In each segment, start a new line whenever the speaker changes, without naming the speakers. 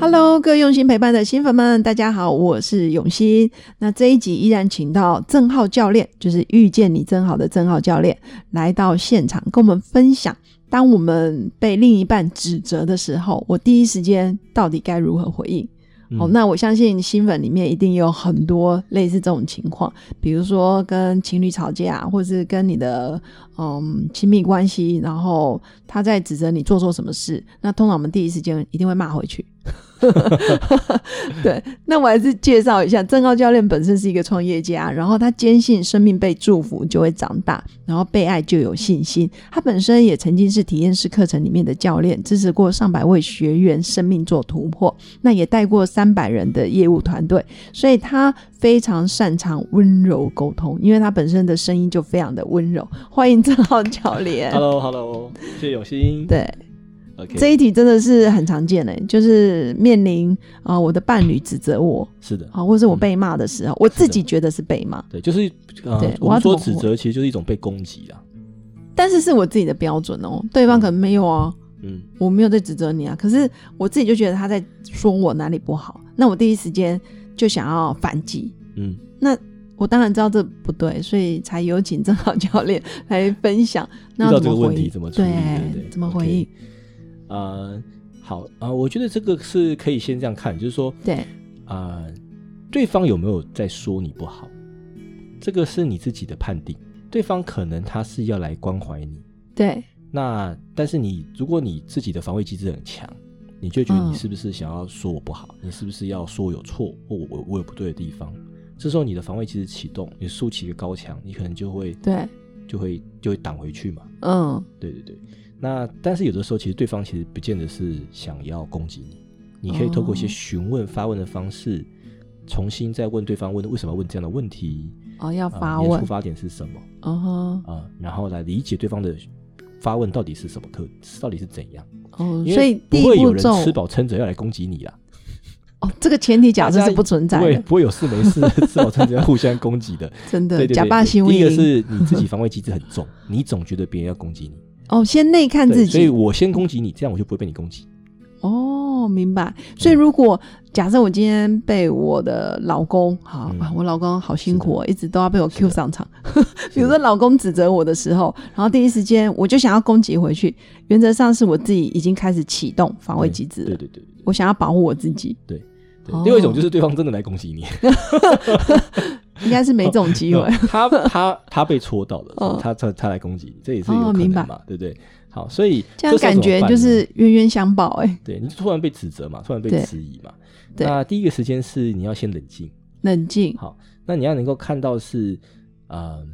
Hello，各位用心陪伴的新粉们，大家好，我是永新。那这一集依然请到郑浩教练，就是遇见你真好的郑浩教练，来到现场跟我们分享，当我们被另一半指责的时候，我第一时间到底该如何回应？哦，那我相信新粉里面一定有很多类似这种情况，比如说跟情侣吵架，或是跟你的嗯亲密关系，然后他在指责你做错什么事，那通常我们第一时间一定会骂回去。 对，那我还是介绍一下，郑浩教练本身是一个创业家，然后他坚信生命被祝福就会长大，然后被爱就有信心。他本身也曾经是体验式课程里面的教练，支持过上百位学员生命做突破，那也带过三百人的业务团队，所以他非常擅长温柔沟通，因为他本身的声音就非常的温柔。欢迎郑浩教练。
Hello，Hello，谢谢永新。
对，
OK，
这一题真的是很常见的、欸就是面临啊、呃我的伴侣指责我，
是的，
啊，或是我被骂的时候，我自己觉得是被骂，
对，嗯就是呃
对，
我
我要
们
怎
说
么
指责其实就是一种被攻击啊。
但是是我自己的标准哦，对方可能没有啊，
嗯，
我没有在指责你啊，可是我自己就觉得他在说我哪里不好，那我第一时间就想要反击，
嗯，
我当然知道这不对，所以才有请郑好教 练来分享，那
遇
要
到
怎
这个
么
问
回
题
应？
怎么处理？对不
对
对，
怎么回应？
OK？呃，好啊、呃我觉得这个是可以先这样看，就是说
对，
啊、呃对方有没有在说你不好，这个是你自己的判定。对方可能他是要来关怀你，
对，
那但是你如果你自己的防卫机制很强，你就会觉得
嗯
你是不是想要说我不好，你是不是要说我有错或我我我有不对的地方？这时候你的防卫机制启动，你竖起一个高墙，你可能就会
对，
就会就会挡回去嘛。
嗯，
对对对。那但是有的时候，其实对方其实不见得是想要攻击你，你可以透过一些
哦
询问、发问的方式，重新再问对方问为什么要问这样的问题，
哦，要
啊
发
你的
问
出，发点是什么
嗯哼，
啊、然后来理解对方的发问到底是什么课，到底是怎样。
哦，
因
所以
为
第
不
一
会有
步
人
骤
吃饱撑着要来攻击你啦，
哦，这个前提假设
大家
是不存
不
在
会
的，
不会有事没 事吃饱撑着要互相攻击的。
真
对
的，
对
假
对
扮新
对，
闻
第一个是你自己防卫机制很重， 你总觉得别人要攻击你，
哦，先内看
对
自
所以
己
我先攻击你，这样我就不会被你攻击。
哦，明白。所以如果假设我今天被我的老公，好、
嗯
啊，我老公好辛苦、哦，一直都要被我
是的
Q 上 场。比如说老公指责我的时候，然后第一时间我就想要攻击回去，原则上是我自己已经开始启动防卫机制了，
对对对对
我想要保护我自己，
对
哦
对。另外一种就是对方真的来攻击 你，
应该是没这种机 会。
他他他被戳到
嗯
了，他他他来攻击你，这也是
哦
有可
明白
能嘛，对不对？好，所以
这样
时候
感
怎么
觉
办
就
呢
是冤冤相报哎、
对你突然被指责嘛，突然被
对
质疑嘛。
对
那第一个时间是你要先冷静。
冷静，
好，那你要能够看到是，呃，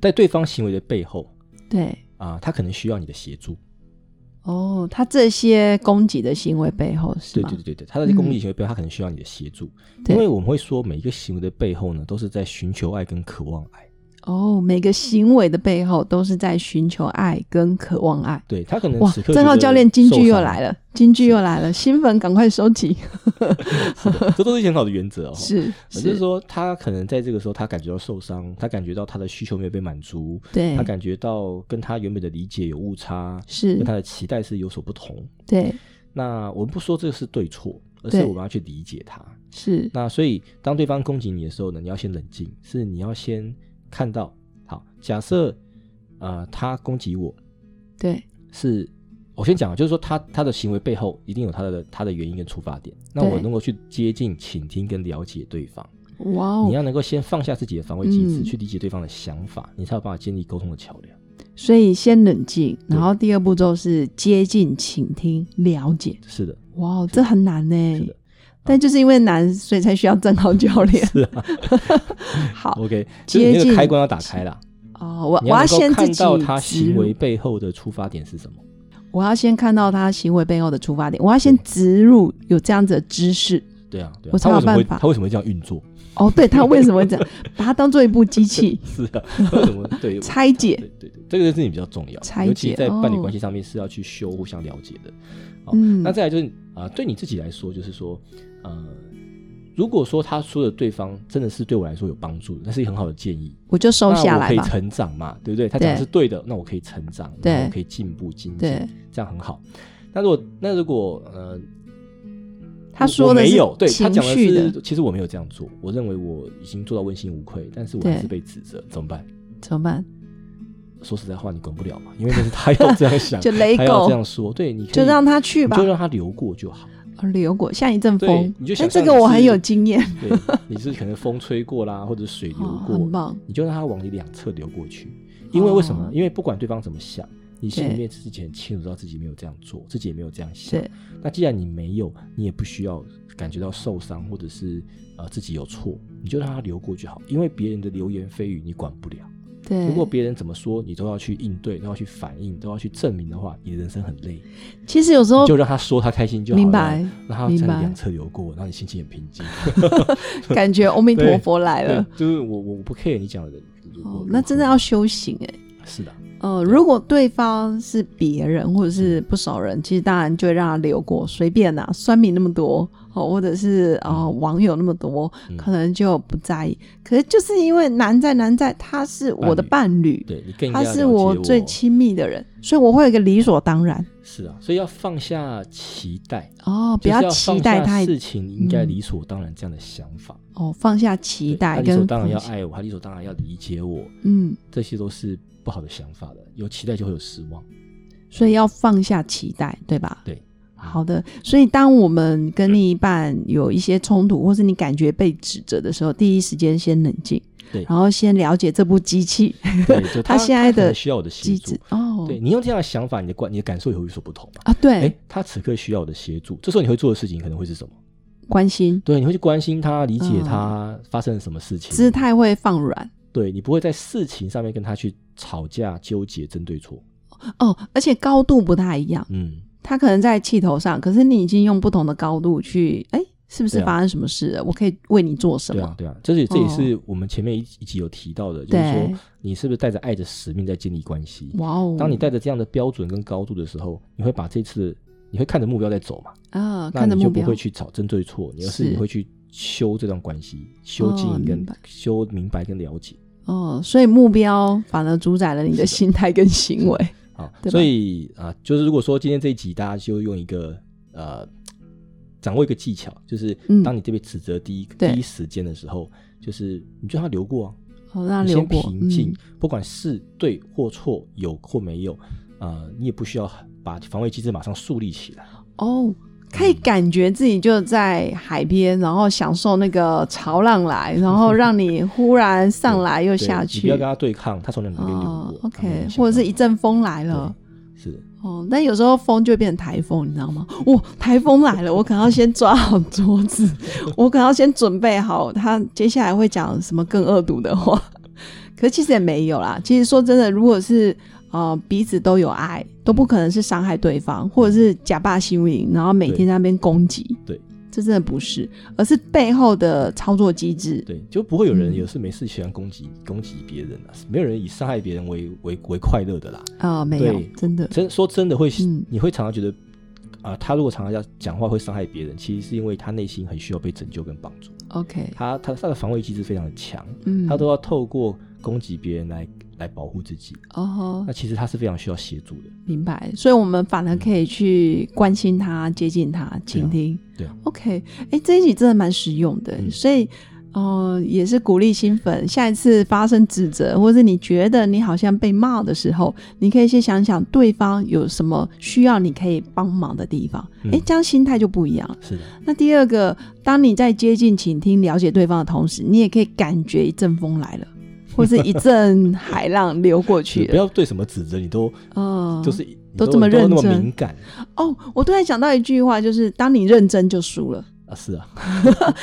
在对方行为的背后
对，
啊、他可能需要你的协助。
哦，他这些攻击的行为背后是
对
吗？
对对对对，他的攻击行为背后，他可能需要你的协助，
对
因为我们会说每一个行为的背后呢，都是在寻求爱跟渴望爱。
哦，每个行为的背后都是在寻求爱跟渴望爱。
对他可能
哇
此刻，
郑浩教练金句又来
了，
了，金句又来了，新粉赶快收集。
是的 这都是一些很好的原则哦。
是
呃就是
是，
说，他可能在这个时候，他感觉到受伤，他感觉到他的需求没有被满足，
对
他，感觉到跟他原本的理解有误差，
是
跟，他的期待是有所不同。
对，
那我们不说这个是对错，而
对
是我们要去理解它。
是，
那所以，当对方攻击你的时候呢，你要先冷静，是你要先看到，好，假设呃他攻击我
对，
是，我先讲啊，就是说他他的行为背后一定有他的他的原因跟出发点，那
对
我能够去接近、倾听跟了解对方，
哇
你
哦！
要能够先放下自己的防卫机制，
嗯
去理解对方的想法，你才有办法建立沟通的桥梁。
所以先冷静，
对
然后第二步骤是接近、倾听、了解。
是的，
哇哦，这很难
是
呢
的。
但就是因为难，所以才需要郑浩教练。
是啊
好
，OK，就是你
接
那
近
个开关要打开啦，
哦，我
你
我
要
要
能够
先自
看
己
到他
植
行
入
为背后的出发点是什么。
我要先看到他行为背后的出发点，我要先植入有这样子的知识。
对啊，对啊
我才
他
有
为什么会
办法
他为什么会这样运作？
哦，对他为什么会这样？把它当做一部机器
是啊， 为什么对我
拆解，
对对对，这个事情比较重要
拆，
尤其
解
在伴侣
哦
关系上面是要去修互相了解的。好，
嗯
哦那再来就是啊、对你自己来说，就是说，呃，如果说他说的对方真的是对我来说有帮助的，那是一个很好的建议，
我就收
那
下
我可
来
以
吧。
成长嘛，对不对？他讲的
对
是对的，那我可以成长，
对
然后我可以进步精进
对，
这样很好。那如果那如果呃，
他
我
说
我
的
没
是
有，对他
情
讲的
绪的
是，其实我没有这样做，我认为我已经做到问心无愧，但是我还
对
是被指责，怎么办？
怎么办？，
说实在话，你管不了嘛，因为那是他要这样 想
就勒
呃他要这
狗，
样说，对，你可以
就让他去吧
你，就让他流过就好。
哦流过像一阵风
对你就。
但
想
这
象
个我
你是
很有经验，
对， 你是可能风吹过啦，或者水流
哦
过，
很棒。
你就让它往你两侧流过去。因为为什么
哦
呢？因为不管对方怎么想，你心里
对
面自己很清楚，知道自己没有这样做，自己也没有这样想
是。
那既然你没有，你也不需要感觉到受伤，或者是呃自己有错，你就让它流过就好。因为别人的流言蜚语你管不了。
对。
如果别人怎么说，你都要去应对，都要去反应，都要去证明的话，你的人生很累。
其实有时候
你就让他说他开心就好了。
明白，
让他
明
在
白
两侧流过，让你心情很平静。
感觉阿弥陀佛 来
对
了。，
就是我我我不 care 你讲的人，
哦
我，
那真的要修行哎、
是的，
呃，如果对方是别人或者是不熟人，其实当然就会让他留过，随便啦、酸民那么多，哦，或者是呃网友那么多，
嗯
可能就不在意。可是就是因为难在难在他是我的伴侣，
对你更应该
他
要
是
了解我
最亲密的人，所以我会有一个理所当然
是啊，所以要放下期待，
哦，不
就是要
期待
放下
太嗯
事情应该理所当然这样的想法，
哦，放下
对
期待
他理
跟
所当然
放
要
下
爱我，他理所当然要理解我，
嗯，
这些都是不好的想法的，有期待就会有失望。
所以要放下期待，对吧？
对，
好的，所以当我们跟另一半有一些冲突，或是你感觉被指责的时候，第一时间先冷静，
对
然后先了解这部机器
嗯对，就
他现在的
可能需要我的协
机
助
制。哦，
对你用这样的想法，你的观你的感受也会有所不同嘛？
啊，对，
哎，他此刻需要我的协助，这时候你会做的事情可能会是什么？
关心
对，你会去关心他，理解
嗯
他发生了什么事情，
姿态会放软
对你不会在事情上面跟他去吵架、纠结、争对错。
哦，而且高度不太一样，
嗯，
他可能在气头上，可是你已经用不同的高度去，哎，是不是
对啊
发生什么事了？我可以为你做什
对
么？哦
啊，对啊，这是这也是我们前面一一集有提到的，啊就是
对
说你是不是带着爱的使命在建立关系？
哇哦，
当你带着这样的标准跟高度的时候，你会把这次你会看着目标在走嘛？
啊，
那
看着
你
目
就不
标
会去找争对错，你而是
是哦
你会去修这段关系，修经营
明
跟
白
修明白跟了解。
哦，所以目标反而主宰了你
是
的
的
心态跟行为。
好，
对吧
所以啊，就是如果说今天这一集大家就用一个呃，掌握一个技巧，就是
嗯
当你这被指责第一、
对
第一时间的时候，就是你就让它流过啊，
好，让它
你
流
先
过，
平静
嗯，，
不管是对或错，有或没有，呃，你也不需要把防卫机制马上树立起来。
哦，可以感觉自己就在海边，然后享受那个潮浪来，然后让你忽然上来又
对
下
你不
去
要跟，他对抗，他从两边流
哦
过。他没有
，OK，
想
或者
到
是一阵风来了，
对是的
哦，但有时候风就会变成台风，你知道吗？哇，台风来了，我可能要先抓好桌 子，我可能要先准备好他接下来会讲什么更恶毒的话。可是其实也没有啦。其实说真的，如果是呃彼此都有爱，都不可能是伤害对方，或者是假霸凌凌，然后每天在那边攻击。
对，
这真的不是，而是背后的操作机制。
对，就不会有人
嗯
有事没事喜欢攻击攻击别人啊，没有人以伤害别人为为为快乐的啦。
啊、没有
对，
真的
真说真的会，
嗯
你会常常觉得，啊、他如果常常要讲话会伤害别人，其实是因为他内心很需要被拯救跟帮助，
OK，
他他他的防卫机制非常的强，
嗯，
他都要透过攻击别人来来保护自己，
哦吼
那其实他是非常需要协助的，
明白，所以我们反而
嗯
可以去关心他、接近他、倾听。
对啊
OK，哎、这一集真的蛮实用的，
嗯
所以呃，也是鼓励新粉，下一次发生指责，或是你觉得你好像被骂的时候，你可以先想想对方有什么需要你可以帮忙的地方，哎、
嗯
这样心态就不一样了。
是的，
那第二个，当你在接近、倾听、了解对方的同时，你也可以感觉一阵风来了。或是一阵海浪流过去
就不
了，
要对什么指责你都、
嗯，
就是你
都这么
你都
认
那么
真
敏感
哦，我突然想到一句话，就是当你认真就输了。
啊，是啊，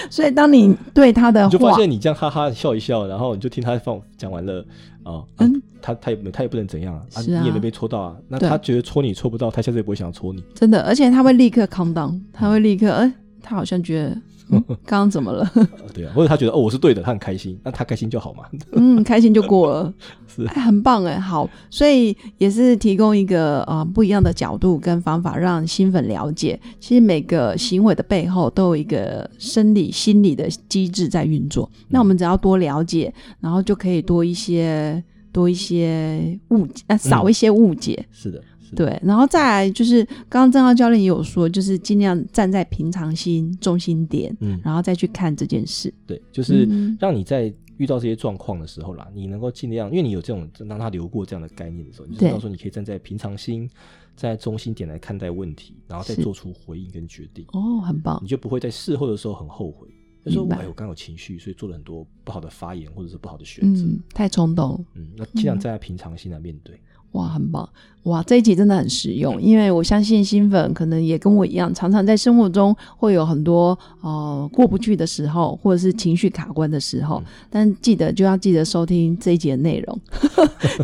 所以当你对他的
你就
话
发，现你这样哈哈笑一笑，然后你就听他放讲完了，哦、啊
嗯
他他也没他也不能怎样啊，
是啊
你也没被戳到啊，那
对
他觉得戳你戳不到，他下次也不会想要戳你，
真的，而且他会立刻 calm down，他会立刻，哎、他好像觉得 刚刚怎么了？
呃对啊，或者他觉得哦我是对的，他很开心，那他开心就好嘛。
嗯，开心就过了，
是
哎，很棒哎，好，所以也是提供一个啊、呃不一样的角度跟方法，让新粉了解，其实每个行为的背后都有一个生理、心理的机制在运作。那我们只要多了解，然后就可以多一些多一些误解，呃，
嗯
少一些误解。
是的，是的，
对，然后再来就是，刚刚郑浩教练也有说，就是尽量站在平常心、中心点，
嗯，
然后再去看这件事。
对，就是
啊嗯
让你在遇到这些状况的时候啦，你能够尽量，因为你有这种让他流过这样的概念的时候，你就
对
知道说你可以站在平常心、站在中心点来看待问题，然后再
是
做出回应跟决定，
哦，很棒
你，就不会在事后的时候很后悔。就说
明白
哎，我刚有情绪，所以做了很多不好的发言或者是不好的选择。
嗯，太冲动了，
嗯，那尽量站在平常心来面对。
哇，很棒，哇，这一集真的很实用，因为我相信新粉可能也跟我一样，常常在生活中会有很多呃过不去的时候，或者是情绪卡关的时候，但记得就要记得收听这一集的内容，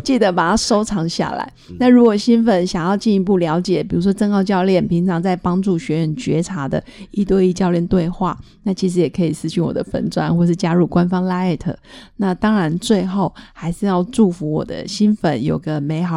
记得把它收藏下来。那如果新粉想要进一步了解，比如说郑浩教练平常在帮助学员觉察的一对一教练对话，那其实也可以私信我的粉砖，或是加入官方 Lite。那当然，最后还是要祝福我的新粉有个美好